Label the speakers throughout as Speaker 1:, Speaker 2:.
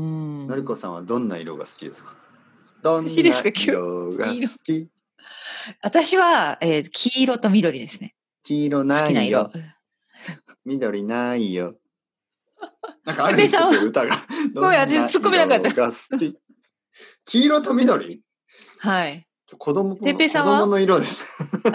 Speaker 1: のりこさんはどんな色が好きですかどんな
Speaker 2: 私ですか急
Speaker 1: 色が好き
Speaker 2: 私は、えー黄色と緑ですね。
Speaker 1: 黄色
Speaker 2: 好
Speaker 1: な
Speaker 2: きない色
Speaker 1: よ。。緑ないよ。 なんかあるん
Speaker 2: ペペ
Speaker 1: です
Speaker 2: さん
Speaker 1: よ
Speaker 2: は
Speaker 1: 歌が。
Speaker 2: ごめん私突っ込めなかった
Speaker 1: どん色が好き黄色と緑
Speaker 2: はい。
Speaker 1: 子供の
Speaker 2: てっぺいさんは
Speaker 1: 子供の色 です。
Speaker 2: 子供の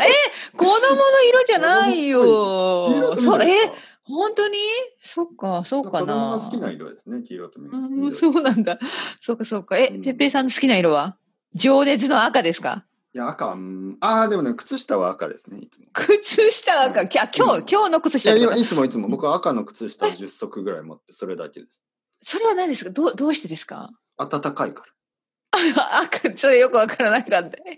Speaker 2: 色じゃない
Speaker 1: 黄色
Speaker 2: よ。
Speaker 1: と
Speaker 2: そ
Speaker 1: 緑です
Speaker 2: れ
Speaker 1: か。
Speaker 2: 本当にそっか、そうか
Speaker 1: 子供
Speaker 2: な。
Speaker 1: が好きな色ですね、黄色と緑。
Speaker 2: うん、
Speaker 1: 緑
Speaker 2: そうなんだ。そうか、そうか。え、
Speaker 1: うん
Speaker 2: てっぺいさんの好きな色は情熱の赤ですか
Speaker 1: いや、赤、うんああ、でもね、靴下は赤ですね、いつも。
Speaker 2: 靴下
Speaker 1: う
Speaker 2: 赤。
Speaker 1: ん
Speaker 2: きゃ今
Speaker 1: うん
Speaker 2: 日、今日の靴
Speaker 1: い
Speaker 2: 下
Speaker 1: や、
Speaker 2: ってこ
Speaker 1: 今
Speaker 2: と
Speaker 1: いつもいつも、僕は赤の靴下を10足ぐらい持って、それだけです。
Speaker 2: それは何ですかどうどうしてですか
Speaker 1: 暖かいか
Speaker 2: 赤、それよくわからないかった。
Speaker 1: ら。い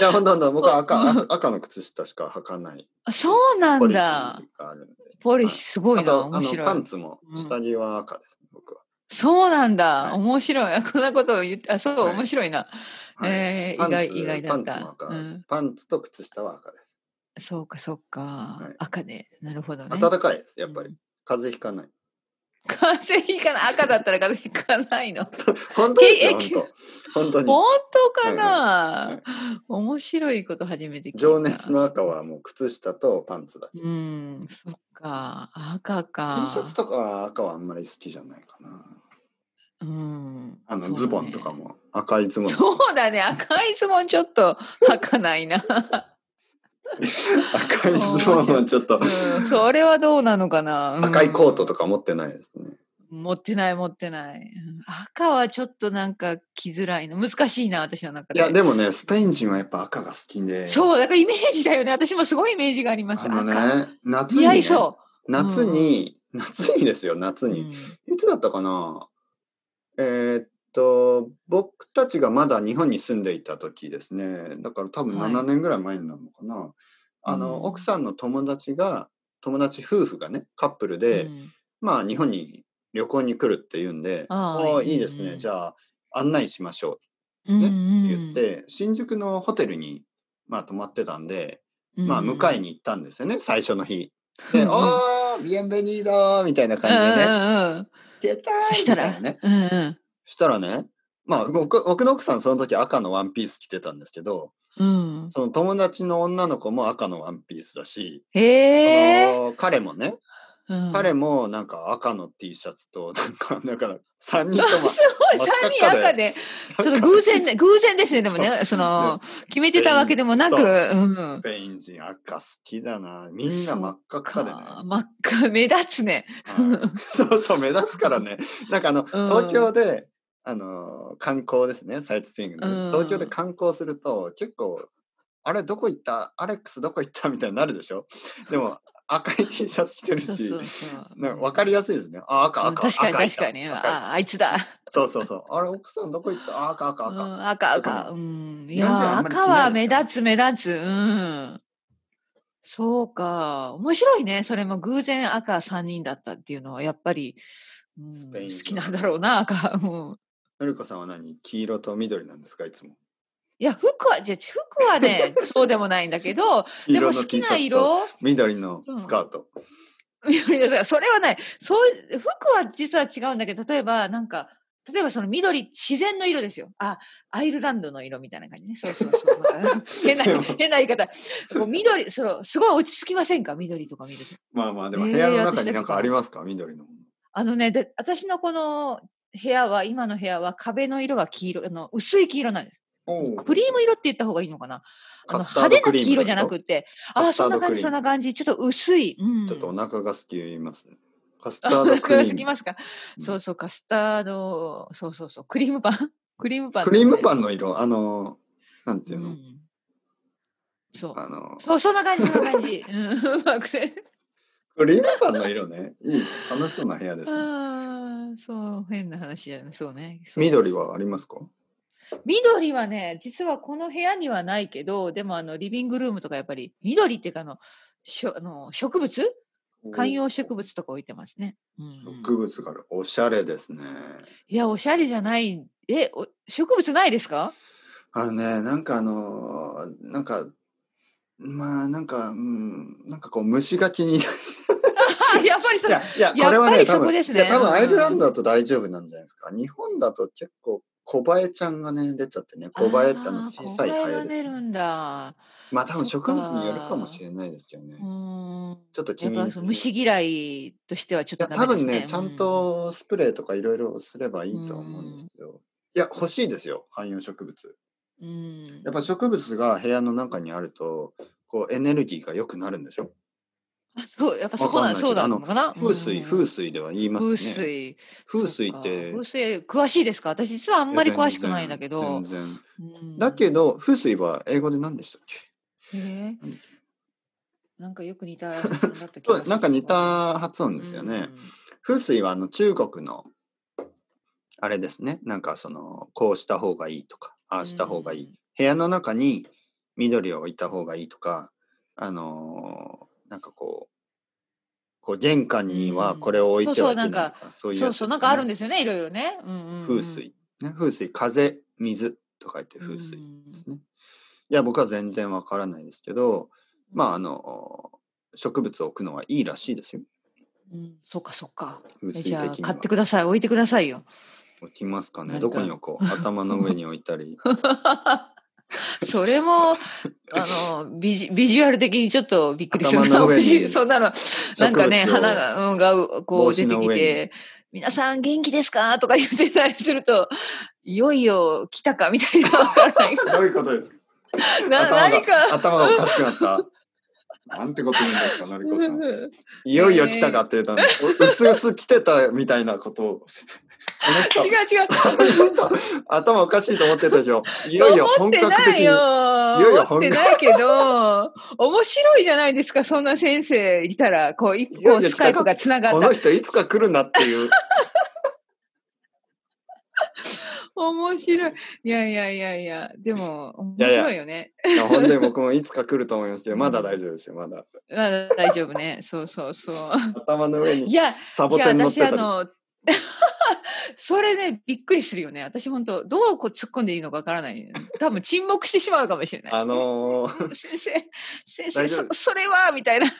Speaker 1: や、ほんとほんと、僕は赤、
Speaker 2: うん
Speaker 1: 赤赤の靴下しか履かない。
Speaker 2: あそうな
Speaker 1: ポ
Speaker 2: ん
Speaker 1: リシ
Speaker 2: だ
Speaker 1: ー。があるんで。
Speaker 2: ポリシーすご
Speaker 1: あ
Speaker 2: いな。
Speaker 1: と、あ
Speaker 2: 面
Speaker 1: の、パ
Speaker 2: 白
Speaker 1: ン
Speaker 2: い。
Speaker 1: ツも
Speaker 2: うん
Speaker 1: 下着は赤です、僕は。
Speaker 2: そうなん
Speaker 1: は
Speaker 2: だ。
Speaker 1: い
Speaker 2: 面白い。こんなことを言って、あ、そう、
Speaker 1: はい
Speaker 2: 面白いな。
Speaker 1: はい
Speaker 2: えー
Speaker 1: パンツ
Speaker 2: 意外意外だった
Speaker 1: パンツも赤、
Speaker 2: うん
Speaker 1: パンツと靴下は赤です。
Speaker 2: そうか、そうか。
Speaker 1: はい
Speaker 2: 赤で。なるほどね。
Speaker 1: 暖かいです、やっぱり。
Speaker 2: うん
Speaker 1: 風邪ひかない。
Speaker 2: 風邪ひかない。赤だったら風邪ひかないの。
Speaker 1: 本当ですよ、
Speaker 2: け
Speaker 1: 本当。本当に。
Speaker 2: 本当か
Speaker 1: はい
Speaker 2: な、面白いこと初めて聞いた。
Speaker 1: 情熱の赤。はもう靴下とパンツだけ。
Speaker 2: うん、そっか。赤
Speaker 1: T
Speaker 2: か。
Speaker 1: シャツとかは赤はあんまり好きじゃないかな。
Speaker 2: うん。
Speaker 1: あの、
Speaker 2: そうだね
Speaker 1: ズボンとか。も赤いズボン。
Speaker 2: そうだね。赤いズボンちょっと履かない な。
Speaker 1: 赤いズボンはちょっと。
Speaker 2: うん、それはどうなのかな。うん
Speaker 1: 赤いコートとか持ってないですね。
Speaker 2: 持ってない持ってない。うん赤はちょっとなんか着づらいの。難しいな、私の中
Speaker 1: い
Speaker 2: で。
Speaker 1: や、でもね、スペイン人はやっぱ赤が好きで。
Speaker 2: そう、だからイメージだよね。私もすごいイメージがあります。
Speaker 1: あの
Speaker 2: 赤。
Speaker 1: ね、夏に、
Speaker 2: 似合
Speaker 1: ね
Speaker 2: い、そ
Speaker 1: 夏に、夏にですよ、夏
Speaker 2: う。う
Speaker 1: に。
Speaker 2: ん
Speaker 1: いつだったかなえーっと、僕たちがまだ日本に住んでいた時ですね。だから多分
Speaker 2: はい
Speaker 1: 7年ぐらい前になるのかな。あの、
Speaker 2: うん
Speaker 1: 奥さんの友達が、友達夫婦がね、カップルで、
Speaker 2: うん
Speaker 1: まあ日本に旅行に来るっていうんで、
Speaker 2: ああ
Speaker 1: おー
Speaker 2: いい
Speaker 1: いいですね、
Speaker 2: うん
Speaker 1: じゃあ案内しましょ
Speaker 2: うん
Speaker 1: うって言って、新宿のホテルに、まあ泊まってたんで、
Speaker 2: うん
Speaker 1: まあ迎えに行ったんですよね、最初の日。
Speaker 2: う
Speaker 1: で、
Speaker 2: んうん
Speaker 1: おー、ビエンベニードーみたいな感じで
Speaker 2: う
Speaker 1: ね、
Speaker 2: んうんうん
Speaker 1: 出た
Speaker 2: そ
Speaker 1: ー
Speaker 2: し
Speaker 1: み
Speaker 2: た
Speaker 1: た
Speaker 2: ら、
Speaker 1: いなね。
Speaker 2: うんうん
Speaker 1: したらね、まあ僕僕の奥さんその時赤のワンピース着てたんですけど、
Speaker 2: うん、
Speaker 1: その友達の女の子も赤のワンピースだし、
Speaker 2: え
Speaker 1: その彼もね、
Speaker 2: ー、
Speaker 1: 彼
Speaker 2: も、
Speaker 1: もなんか赤の T シャツと、なんか、だから3人と
Speaker 2: うん、
Speaker 1: も
Speaker 2: すごい
Speaker 1: 真っ
Speaker 2: 三人
Speaker 1: 赤で
Speaker 2: 赤でちょっと偶然ね偶然ですねでもねその決めてたわけでもなく、
Speaker 1: そう
Speaker 2: うん
Speaker 1: ス、ペイン人赤好きだな。みんな真っ赤っかでね。
Speaker 2: か真っ赤目立つね。
Speaker 1: はいそうそう、目立つから ね。なんかあの、東京で、あのー、観光ですね、サイトスイング
Speaker 2: うん
Speaker 1: の。東京で観光すると、結構、あれどこ行ったアレックスどこ行ったみたいになるでしょでも、赤い T シャツ着てる
Speaker 2: そう
Speaker 1: し
Speaker 2: そう、そう。
Speaker 1: なんか分かりやすいですね。あ、赤、
Speaker 2: うん
Speaker 1: 赤、
Speaker 2: 確かに
Speaker 1: 赤い
Speaker 2: 確かに。
Speaker 1: 赤い
Speaker 2: ああいつだ。
Speaker 1: そうそうそう。あれ、奥さんどこ行ったあ赤、赤、
Speaker 2: 赤
Speaker 1: 赤。
Speaker 2: うん、赤
Speaker 1: そうか
Speaker 2: 赤。うん。い
Speaker 1: 日本人は
Speaker 2: やー
Speaker 1: あんまり着
Speaker 2: 赤
Speaker 1: な
Speaker 2: はい目
Speaker 1: ですから
Speaker 2: 立つ目立つ。うん。そうか。面白いね。それも偶然赤三人だったっていうのはやっぱり、うん
Speaker 1: ス
Speaker 2: 好
Speaker 1: ペインの
Speaker 2: きなんだろうな赤。うん。
Speaker 1: のりこさんは何黄色と緑なんですかいつも。
Speaker 2: いや服はじゃあ服は ねそうでもないんだけどでも好きな色
Speaker 1: 緑のスカート。
Speaker 2: 緑のさそれはないそういう服は実は違うんだけど例えばなんか例えばその緑自然の色ですよあアイルランドの色みたいな感じねそうそうそう なんか変な
Speaker 1: でも
Speaker 2: 変な言い方こう緑そのすごい落ち着きませんか緑とか見ると
Speaker 1: まあまあ、でも
Speaker 2: えー
Speaker 1: 部屋の中になんかありますか緑のも
Speaker 2: あのねで私のこの部屋は今の部屋は壁の色が黄色あの薄い黄色なんです
Speaker 1: の。
Speaker 2: クリーム色って言った方がいいのかなあ
Speaker 1: カ
Speaker 2: の
Speaker 1: スター
Speaker 2: 派
Speaker 1: ド
Speaker 2: 手
Speaker 1: ク
Speaker 2: な
Speaker 1: リーム
Speaker 2: 黄色じゃなくってあ
Speaker 1: カ
Speaker 2: ー
Speaker 1: スター
Speaker 2: そんな
Speaker 1: ドク
Speaker 2: 感
Speaker 1: リーム
Speaker 2: じそんな感じちょっと薄い、うん、
Speaker 1: ちょっとお腹がすき ますね。カスタ
Speaker 2: あ
Speaker 1: ー
Speaker 2: お
Speaker 1: ド
Speaker 2: 腹
Speaker 1: ク
Speaker 2: が
Speaker 1: リ
Speaker 2: すき
Speaker 1: ーム
Speaker 2: ま。すか、
Speaker 1: うん
Speaker 2: そうそうカスタードそうそうそうクリームパン クリームパン
Speaker 1: クリーム
Speaker 2: ン
Speaker 1: パンの色、あの、なんていう
Speaker 2: う
Speaker 1: の、
Speaker 2: ん、そう
Speaker 1: あの、
Speaker 2: そうそんな感じそんな感 じ、うん、うまくせ
Speaker 1: クリームパンの色ね。いい、楽しそうな部屋です、ね。
Speaker 2: あーそう変な話やねそうねそう
Speaker 1: 緑はありますか
Speaker 2: 緑はね実はこの部屋にはないけどでもあのリビングルームとかやっぱり緑っていうかあのしょあの植物観葉植物とか置いてますね、うんうん
Speaker 1: 植物がある。おしゃれですね。
Speaker 2: いやおしゃれじゃないえお植物ないですか
Speaker 1: あのね、なんかあの、なんか、まあなんか、うん、なんかこう虫が気になる。
Speaker 2: やっぱりそ。
Speaker 1: いうや、いや、
Speaker 2: や
Speaker 1: これは
Speaker 2: っぱ
Speaker 1: ね、
Speaker 2: り
Speaker 1: 多
Speaker 2: そこ
Speaker 1: 分、
Speaker 2: です
Speaker 1: い
Speaker 2: ね。
Speaker 1: や、多分
Speaker 2: うん
Speaker 1: アイルランドだと大丈夫なんじゃないですか。日本だと結構、小バエちゃんがね、出ちゃってね、小バエってあ
Speaker 2: あー
Speaker 1: の小さい
Speaker 2: 小
Speaker 1: ハ
Speaker 2: 林
Speaker 1: エ
Speaker 2: が
Speaker 1: です
Speaker 2: 出
Speaker 1: ね、
Speaker 2: るんだ。
Speaker 1: まあ多分植物によるかもし
Speaker 2: れ
Speaker 1: れないですけどね。
Speaker 2: うーん。
Speaker 1: ちょっと気
Speaker 2: やっ
Speaker 1: に
Speaker 2: ぱりそう虫嫌いとしてはちょっ
Speaker 1: い
Speaker 2: と
Speaker 1: や、
Speaker 2: ダメ
Speaker 1: 多
Speaker 2: です
Speaker 1: 分
Speaker 2: ね。
Speaker 1: ね、ちゃんとスプレーとかいろいろすればいいとは思うんですけど。いや、欲しいですよ、観葉植物。
Speaker 2: うん。うん。
Speaker 1: やっぱ植物が部屋の中にあると、こうエネルギーが良くなるんでしょ
Speaker 2: あそう、やっぱそこな
Speaker 1: わかんない
Speaker 2: ん
Speaker 1: けど
Speaker 2: そうなのかな。
Speaker 1: 風水、
Speaker 2: うん
Speaker 1: 風水では言いますよ
Speaker 2: 風
Speaker 1: ね。
Speaker 2: 水。
Speaker 1: 風水っ
Speaker 2: そ
Speaker 1: て。
Speaker 2: うか風水詳しいですか。私実はあんまり詳しくないんだけ
Speaker 1: いや
Speaker 2: ど
Speaker 1: 全。然。全然
Speaker 2: うん
Speaker 1: だけ。ど、風水は英語で何でしたっけ
Speaker 2: へえな
Speaker 1: なんだっ
Speaker 2: んかよく似た発音だった気が
Speaker 1: そ
Speaker 2: す
Speaker 1: う
Speaker 2: る
Speaker 1: なんか似た発音ですよね。風水はあの中国のあれですね。なんかそのこうした方がいいとか、ああした方がいい。
Speaker 2: うん。
Speaker 1: 部屋の中に緑を置いた方がいいとか、あのーなんかこう。こう玄関にはこれを置いてはいけないとか、そううんいう
Speaker 2: そ
Speaker 1: や
Speaker 2: う
Speaker 1: つ
Speaker 2: そう、なんかあるん
Speaker 1: で
Speaker 2: ですよね、いろいろね。うんうんうん
Speaker 1: すよね。風水。ね、風水、風、水と書いて風水
Speaker 2: う
Speaker 1: で
Speaker 2: ん
Speaker 1: すね。いや、僕は全然わからないですけど、まあ、あの、植物を置くのはいいらしいですよ。
Speaker 2: うん、そっかそっか。え
Speaker 1: 風水
Speaker 2: じゃ
Speaker 1: 的
Speaker 2: あ
Speaker 1: に
Speaker 2: 買
Speaker 1: は
Speaker 2: って。ください、置いてくださいよ。
Speaker 1: 置きますか
Speaker 2: な
Speaker 1: ね。
Speaker 2: んか
Speaker 1: どこに置こ う。頭の上に置いたり。
Speaker 2: それもあのビジビジュアル的にちょっとびっくりする
Speaker 1: 頭の
Speaker 2: な。
Speaker 1: 上
Speaker 2: 美
Speaker 1: に
Speaker 2: しい そんなの なんかね
Speaker 1: 植物を
Speaker 2: 花が,、うん、がこ
Speaker 1: 帽
Speaker 2: う
Speaker 1: 子
Speaker 2: 出て
Speaker 1: の
Speaker 2: き
Speaker 1: 上に
Speaker 2: て「皆さん元気ですか?」とか言ってたりすると「いよいよ来たか」みたいな わからない
Speaker 1: どういうことですか
Speaker 2: な何か。
Speaker 1: 頭が頭がおかしくなった。 なんてこと言うんですか、のりこ さん。いよいよ来たかって言ったのに、うすうす来てたみたいなことを。あの 人
Speaker 2: 違う違う。
Speaker 1: 頭おかしいと思ってたでしょ。いよいよ
Speaker 2: 思っ
Speaker 1: 本
Speaker 2: て
Speaker 1: 格
Speaker 2: な
Speaker 1: 的
Speaker 2: い
Speaker 1: に。いよいよ
Speaker 2: よ。思
Speaker 1: 本
Speaker 2: っ
Speaker 1: 格
Speaker 2: てないけど、面白いじゃないですか、そんな先生いたら、こう、一
Speaker 1: いやい
Speaker 2: こ
Speaker 1: や
Speaker 2: うスカイプがつなが
Speaker 1: こ
Speaker 2: った
Speaker 1: の。人いつか来るなっていう。
Speaker 2: 面白い。いやいやいやいや、でも、面
Speaker 1: いやいや
Speaker 2: 白いよね。
Speaker 1: いや本当に僕もいつか来ると思いますけど、まだ大丈夫ですよ、まだ。
Speaker 2: まあ大丈夫ね。 そうそうそう。
Speaker 1: 頭の上
Speaker 2: い
Speaker 1: に
Speaker 2: や、
Speaker 1: サボ
Speaker 2: いや
Speaker 1: テン乗って
Speaker 2: 私、あ
Speaker 1: たり。
Speaker 2: の、 それね、びっくりするよね。私、本当どうこう突っ込んでいいのかわからない。多分、沈黙してしまうかもしれない。
Speaker 1: あのー
Speaker 2: 先生、先生、
Speaker 1: 大丈
Speaker 2: そ
Speaker 1: 夫
Speaker 2: それは、みたいな。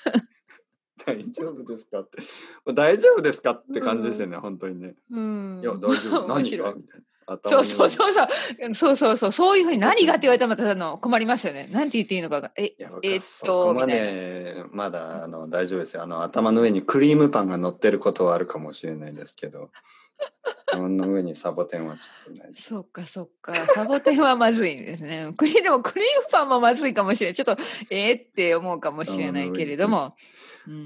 Speaker 1: 大丈夫ですかって、もう大丈夫ですかって感じですよね、本当にね。
Speaker 2: うん。
Speaker 1: いや、大丈夫、
Speaker 2: 面
Speaker 1: 何
Speaker 2: 白
Speaker 1: が
Speaker 2: い
Speaker 1: みたいな。頭
Speaker 2: そ
Speaker 1: の
Speaker 2: うそうそううそう。そうそうそう。そういうふうに何がって言われたらまたあの困りますよね。なんて言っていいのかが。え、
Speaker 1: いや、
Speaker 2: え
Speaker 1: 僕
Speaker 2: ー
Speaker 1: は
Speaker 2: っと
Speaker 1: そこまで、まだあの大丈夫ですよ。あの、頭の上にクリームパンが乗ってることはあるかもしれないです けど、頭の上にサボテンはちょっとないです。
Speaker 2: そっかそっか。サボテンはまずいんですね。 クリでもクリームパンもまずいかもしれない。ちょっとえー、って思うかもしれないけれども。うん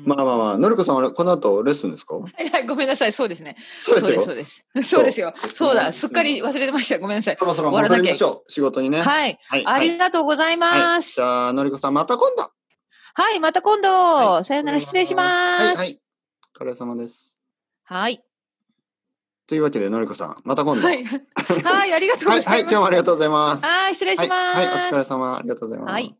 Speaker 1: まあまあまあ、のりこさん、あれこの後レッスンですか
Speaker 2: はいはい、ごめんなさい。そうですね。
Speaker 1: そうですよ。
Speaker 2: そうです。そうですそうですよ。そうだ。すっかり
Speaker 1: そ
Speaker 2: 忘れてました。ごめんなさい。
Speaker 1: ろそろ
Speaker 2: 終わらな
Speaker 1: 戻
Speaker 2: きゃ
Speaker 1: りましょう。仕事にね。い。
Speaker 2: はい。
Speaker 1: はい。
Speaker 2: ありがとうござい
Speaker 1: は
Speaker 2: ま
Speaker 1: い、
Speaker 2: す。
Speaker 1: じ
Speaker 2: はい、
Speaker 1: ゃあ、のりこさん、また今度。
Speaker 2: また今度。
Speaker 1: はい
Speaker 2: さよなら、失礼します。
Speaker 1: はい、はい。お疲れ様です。
Speaker 2: はい。
Speaker 1: というわけで、のりこさん、また今度。
Speaker 2: は
Speaker 1: はい、
Speaker 2: い。はい、ありがとう
Speaker 1: は
Speaker 2: ご
Speaker 1: い、
Speaker 2: ざい
Speaker 1: 今
Speaker 2: ます。
Speaker 1: 日もありがとうございます。
Speaker 2: はい、失礼します。
Speaker 1: はい、はい、お疲れ様、ありがとうございます。
Speaker 2: はい